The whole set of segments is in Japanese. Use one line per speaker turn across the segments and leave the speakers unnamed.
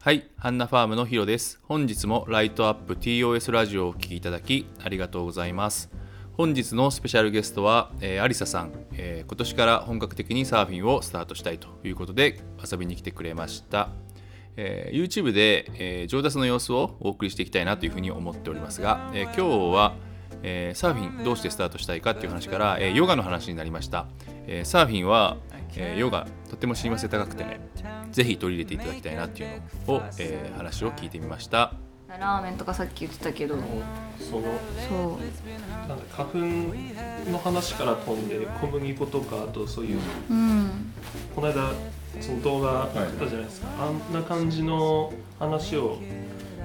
はい、ハンナファームのヒロです。本日もライトアップ TOS ラジオをお聞きいただきありがとうございます。本日のスペシャルゲストは、えー、アリサさん、えー今年から本格的にサーフィンをスタートしたいということで遊びに来てくれました。えー YouTube で、えー上達の様子をお送りしていきたいなというふうに思っておりますが、えー今日は、えーサーフィンどうしてスタートしたいかっていう話から、えーヨガの話になりました、えーサーフィンは、えーヨガとっても親和性高くてねぜひ取り入れていただきたいなっていうのを、えー話を聞いてみました
ラーメンとかさっき言ってたけど
その
そう
なんだ花粉の話から飛んで小麦粉とかあとそういう、
うん
この間その動画あったじゃないですか、あんな感じの話を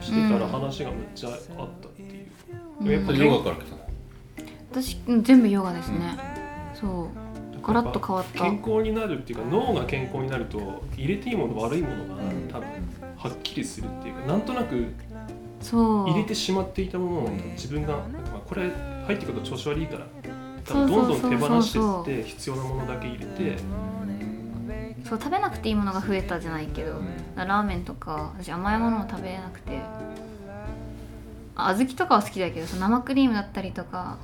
してたら
うん
話がめっちゃあったっていう、
うん
でもやっぱ
ヨガから来たの
私うん全部ヨガですね、そうガラッと変わった
健康になるっていうか脳が健康になると入れていいもの悪いものが多分はっきりするっていうかなんとなく
そう
入れてしまっていたものを自分がなんかまあこれ入ってくると調子悪いから多分どんどん手放してって必要なものだけ入れて
そう食べなくていいものが増えたじゃないけど、
ん
ラーメンとか私甘いものも食べれなくてあ小豆とかは好きだけどその生クリームだったりとか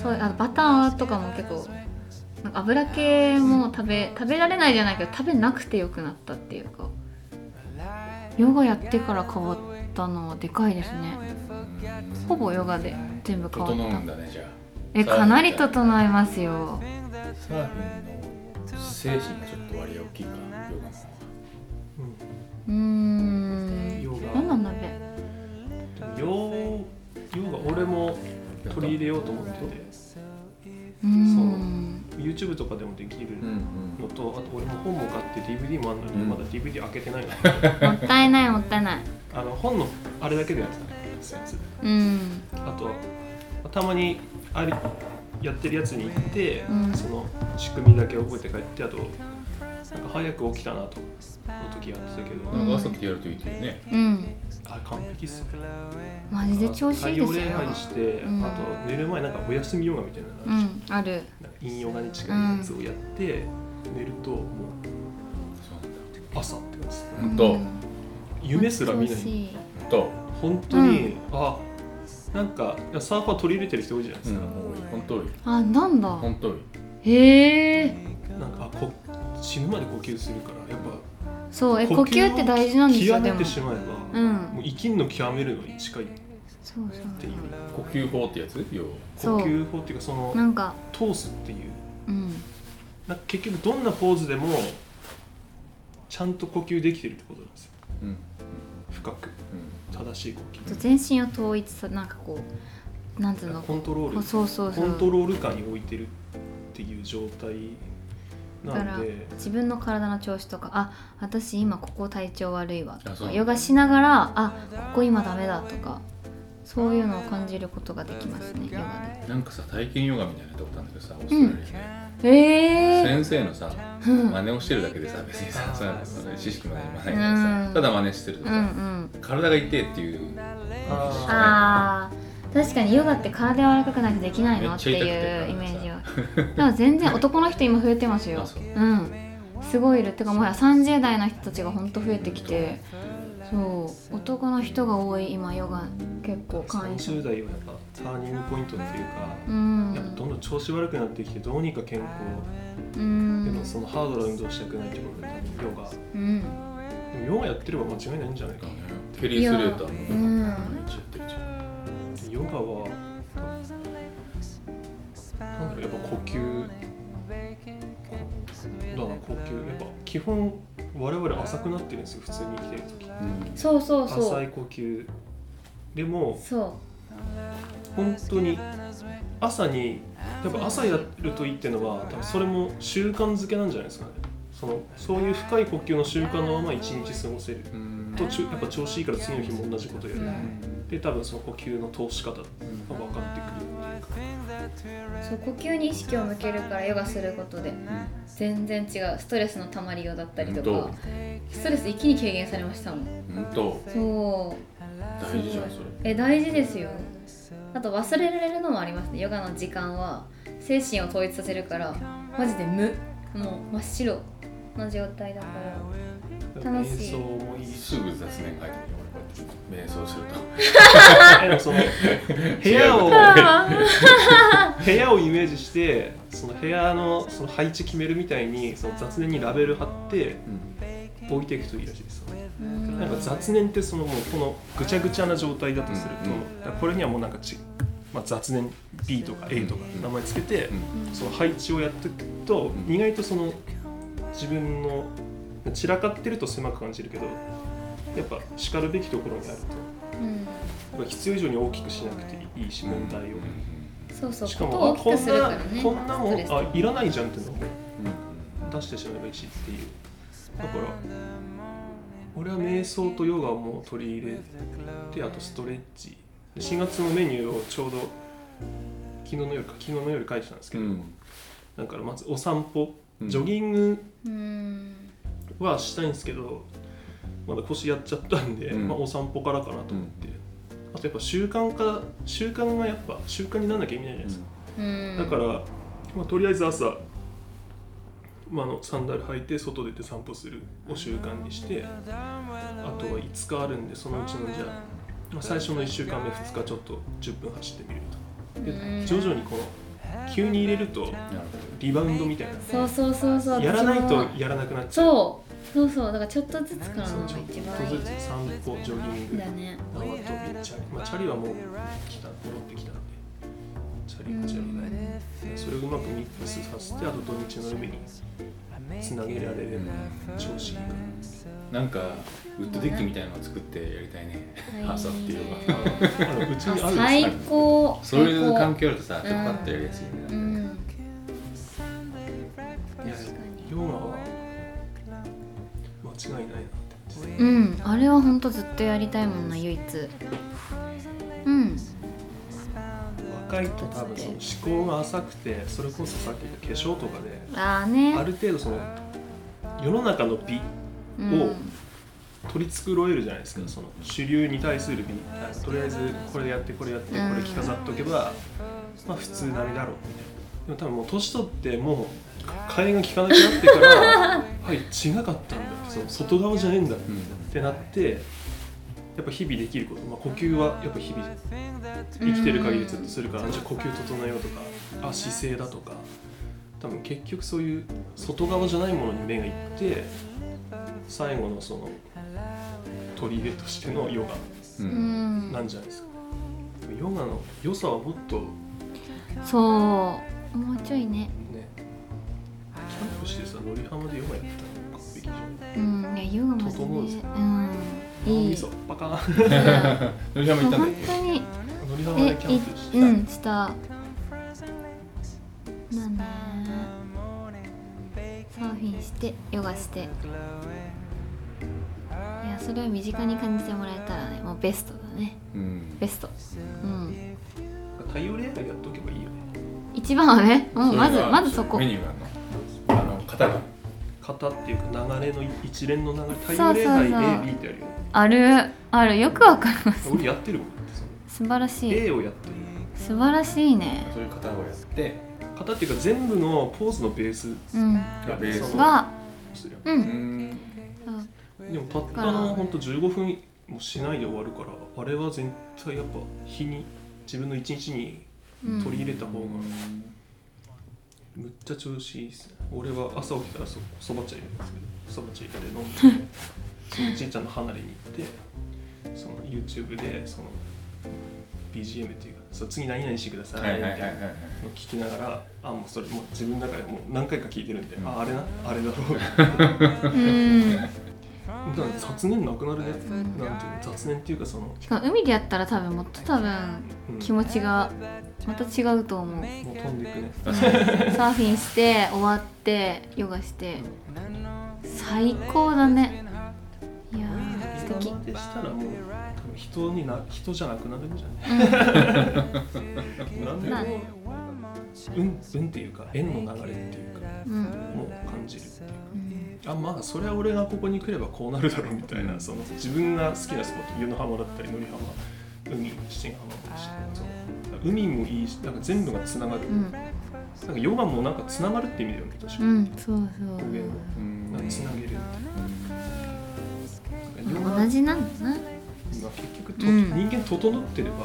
そうあとバターとかも結構なんか油系も食べ食べられないじゃないけど食べなくてよくなったっていうかヨガやってから変わったのはでかいですねほぼヨガで全部変わ
整う
っ
ん
た
だねじゃ
えかなり整いますよ
あサーフィンの精神がちょっと割合大きいかヨガの方
う
うん
ーん
ヨガ
何なんだべ
ようようが俺も
が
取り入れようと思ってて
うーん
YouTube とかでもできる
うんうん
のと、あと俺も本も買って DVD もあるのに、
うん
まだ DVD 開けてないの
もったいないもったいない
あの本のあれだけでやってたやつ
うん
あとたまにあれやってるやつに行って、
うん
その仕組みだけ覚えて帰ってあとなんか早く起きたなとの時やってたけど、
う
なんんか朝起きてやるといいっていうね
うん
あれ完璧っすね
マジで調子いいですよ
太陽礼拝して、
うん
あと寝る前なんかお休みヨガみたいなのあるじ
う
ゃ
んんある
なんか陰ヨガに近いやつをやって、寝るともう朝って感じですね
ほんと
うん
夢すら見な
調子
い
いい
と
本当に、あなんかサーファー取り入れてる人多いじゃないで
うん
すか、
多い本当多い
あなんだ
本当多い
へえ
なんかあこ死ぬまで呼吸するからやっぱ
そうえ呼吸って大事なんですよ
極
で
め
も
てしまえば、
うん
もう生きんの極めるのに近いって
そうそう
いう
呼吸法ってやつ要は
そう
呼吸法っていうかその
なんか
通すっていう
うん
なんか結局どんなポーズでもちゃんと呼吸できてるってことなんですよ
うんうん
深く正しい呼
と全身を統一さなんかこうなんつう
吸
の
コントロール
こうそうそうそ
コント
う
ロール下に置いてるっていう状態
だか
な
ら
んで
自分の体の調子とかあ私今ここ体調悪いわと
あそ
か
う
ヨガしながらあここ今ダメだとかそういうのを感じることができますねヨガ
なんかさ体験ヨガみたいなのやったことあるんだけどさオーストラリアでね
でええ
先生のさ
うん
真似をしてるだけでさ別にさ
あ
そ
ー
の知識も何もないからさ
うん
ただ真似してると
うんう
さ
ん
体が痛いっていう
あ
あー確かにヨガって体柔らかくないとできないの
めっ
っ
ち
て
ゃ
い
痛くて
うイメージはでも全然男の人今増えてますよ
あそう
うんすごいいるてかもうや30代の人たちがほんと増えてきてそう男の人が多い今ヨガ結構
ー
会員者
30代はやっぱターニングポイントっていうか、
うん
やっぱどんどん調子悪くなってきてどうにか健康、
う
で
ん
もそのハードな運動したくないってことでヨガ
うん
でもヨガやってれば間違いないんじゃないかな
フェリースレーター
う
も
ん
毎日やってるじゃん
でヨガはなんだろうやっぱ呼吸だな呼吸やっぱ基本我々浅くなってるんですよ普通に生きてる時
そうそうそ
浅いう呼吸でも
そう
本当に朝にやっぱ朝やるといいっていうのは多分それも習慣づけなんじゃないですかねそのそういう深い呼吸の習慣のまま一日過ごせる
うん
とちゅやっぱ調子いいから次の日も同じことやるで多分その呼吸の通し方が分かってくる
そう呼吸に意識を向けるからヨガすることで全然違うストレスのたまりようだったりと
ほ
か
んと
ストレス一気に軽減されましたもん
本当
そう
大事じゃんそれ
え大事ですよあと忘れられるのもありますねヨガの時間は精神を統一させるからマジで無もう真っ白の状態だから楽しい
瞑想もいいし
すぐ雑念書いてみよう俺こうやって瞑想すると
えでもその部屋を部屋をイメージしてその部屋のその配置決めるみたいにその雑念にラベル貼って置いていくといいらしいですよねなんか雑念ってそのもうこのぐちゃぐちゃな状態だとすると、
うんうん
だからこれにはもうなんかち、まあ、雑念 B とか A とか
うん
名前つけて、
うん
その配置をやっていくと、
うん
意外とその自分の散らかってると狭く感じるけどやっぱしかるべきところにある
うん
と必要以上に大きくしなくていいし問題を、
うん
そうそう
し
こ
か
と
も
を
あ
大き
こ
く
ん
するから
な
ね
こんなも
ストレス
んあいらないじゃんっていうのを
うん
出してしまえばいいしっていうだから俺は瞑想とヨガをもう取り入れてあとストレッチで4月のメニューをちょうど昨日の夜か昨日の夜書いてたんですけ
う
ど、
ん
だからまずお散歩
うん
ジョギング
うん
はしたいんですけどまだ腰やっちゃったんで、
うん
まあ、お散歩からかなと思って、あとやっぱ習慣化習慣がやっぱ習慣にならなきゃいけないじゃないですか、
うん
だから、まあ、とりあえず朝、まあ、あのサンダル履いて外出て散歩するを習慣にしてあとは5日あるんでそのうちのじゃあ、まあ最初の1週間目2日ちょっと10分走ってみると
うん
で徐々にこの急に入れると
なるほ
リバウンドみたい
そうそうそうそう
なやらない
私
と
も
やらなくなっちゃう
そうそうそうだからちょっとずつから
そ
の
う
が
ちょっ
一
と
番い
ずつ散歩ジョギン
い
グ
だね
縄跳びチャリ、まあ、チャリはもう来た戻ってきたんでチャリはチャリだねそれをうまくミックスさせてあと土日の海につなげられれば調子いいかな
どなんかウッドデッキみたいなのを作ってやりたいね朝っていうか
あのうち
あ
にあるんです
最
よ
高
そういう
最
環
高
境だとさちょっとパッとやりやすいよね
う
なんかね
ん
いやヨガは間違いないなって思って
うんあれはほんとずっとやりたいもんな唯一うん
若いと多分その思考が浅くてそれこそさっき言った化粧とかで
ああね
ある程度その世の中の美
うん
取り繕えるじゃないですか、その主流に対する美あとりあえずこれやってこれやってこ
うん
れ着飾っとけば、まあ普通なりだろうみたいなでも多分もう年取ってもうか 替えが効かなくなってからはい違かったんだその外側じゃねえんだっ
うん
てなってやっぱ日々できること、まあ、呼吸はやっぱ日々生きてる限りずっとするから、じゃあ呼吸整えようとかあ姿勢だとか多分結局そういう外側じゃないものに目がいって最後のその取り入れとしてのヨ
う
うん ん
ガなんじゃないですか、ヨガの良さはもっとね
そうもうちょいね
キャンプしてさ乗り浜でヨガやったの完璧じゃん
うんいやヨガまで
整う
ね
ぞ
うんいい
脳みそバカ
うん
のりはも行ったんだっ
本当に
乗り浜
え
でキャンプして
いうんしたまあねサーフィンしてヨガしていやそれを身近に感じてもらえたらねもうベストだね
けうん
ベストうん
太陽礼拝やっとけばいいよね
一番はねもうま
そ
ず
れが
まずそこ
メニューがあるのあの型が
型っていうか流れの一連の流
そ
れ
うそう
太陽礼拝 AB ってあるよね
あるあるよくわかります
俺やってるもんその
素晴らしい
A をやってる
素晴らしいね
そういう型をやって
型っていうか全部のポーズのベース
うん
がベースを
は
そう
う
うんん
そう
でもたったのほんと15分もしないで終わるからあれは絶対やっぱ日に自分の一日に
うん
取り入れた方がむっちゃ調子いいですね俺は朝起きたらそそば茶入れるんですけどそば茶入れて飲んでそのじいちゃんの離れに行ってその YouTube でその BGM っていうかそう次何々してくださいみ
は
た
い
い
はは
ない
いはいはい
のを聞きながらあもうそれもう自分の中でもう何回か聞いてるんで、
うん
ああれなあれだろう
うん
だから雑念なくなるね、
ん
なんていうの雑念っていうかその
しかも海でやったら多分もっと多分
うん
気持ちがまた違うと思う
もう飛んでいくね
サーフィンして終わってヨガして最高だねいやー素敵
今までしたらもう多分人にな人じゃなくなるんじゃないなんでも
まあね
運運っていうか縁の流れっていうか
うん、うん
もう感じるっていう
うん、
かあまあそれは俺がここに来ればこうなるだろうみたいなその自分が好きなスポット湯の浜だったり野里浜海七ヶ浜もしてそう海もいいしなんか全部がつながる、
うん
なんかヨガもなんかつながるって意味だよね確か
う
に、
んそうそう
表現も
うん
なんかつなげるっていう
うん
同じなんだな
まあ、結局と、
うん
人間整ってれば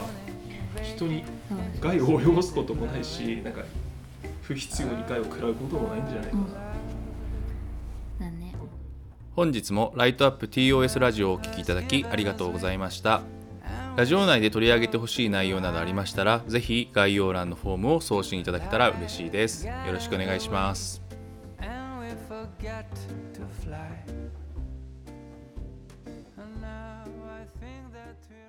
人に
そう
害を及ぼすこともないしなんか不必要に害を食らうこともないんじゃないかな、
だね
本日もライトアップ TOS ラジオをお聴きいただきありがとうございましたラジオ内で取り上げてほしい内容などありましたらぜひ概要欄のフォームを送信いただけたら嬉しいですよろしくお願いします
and we forget to fly. And now I think that we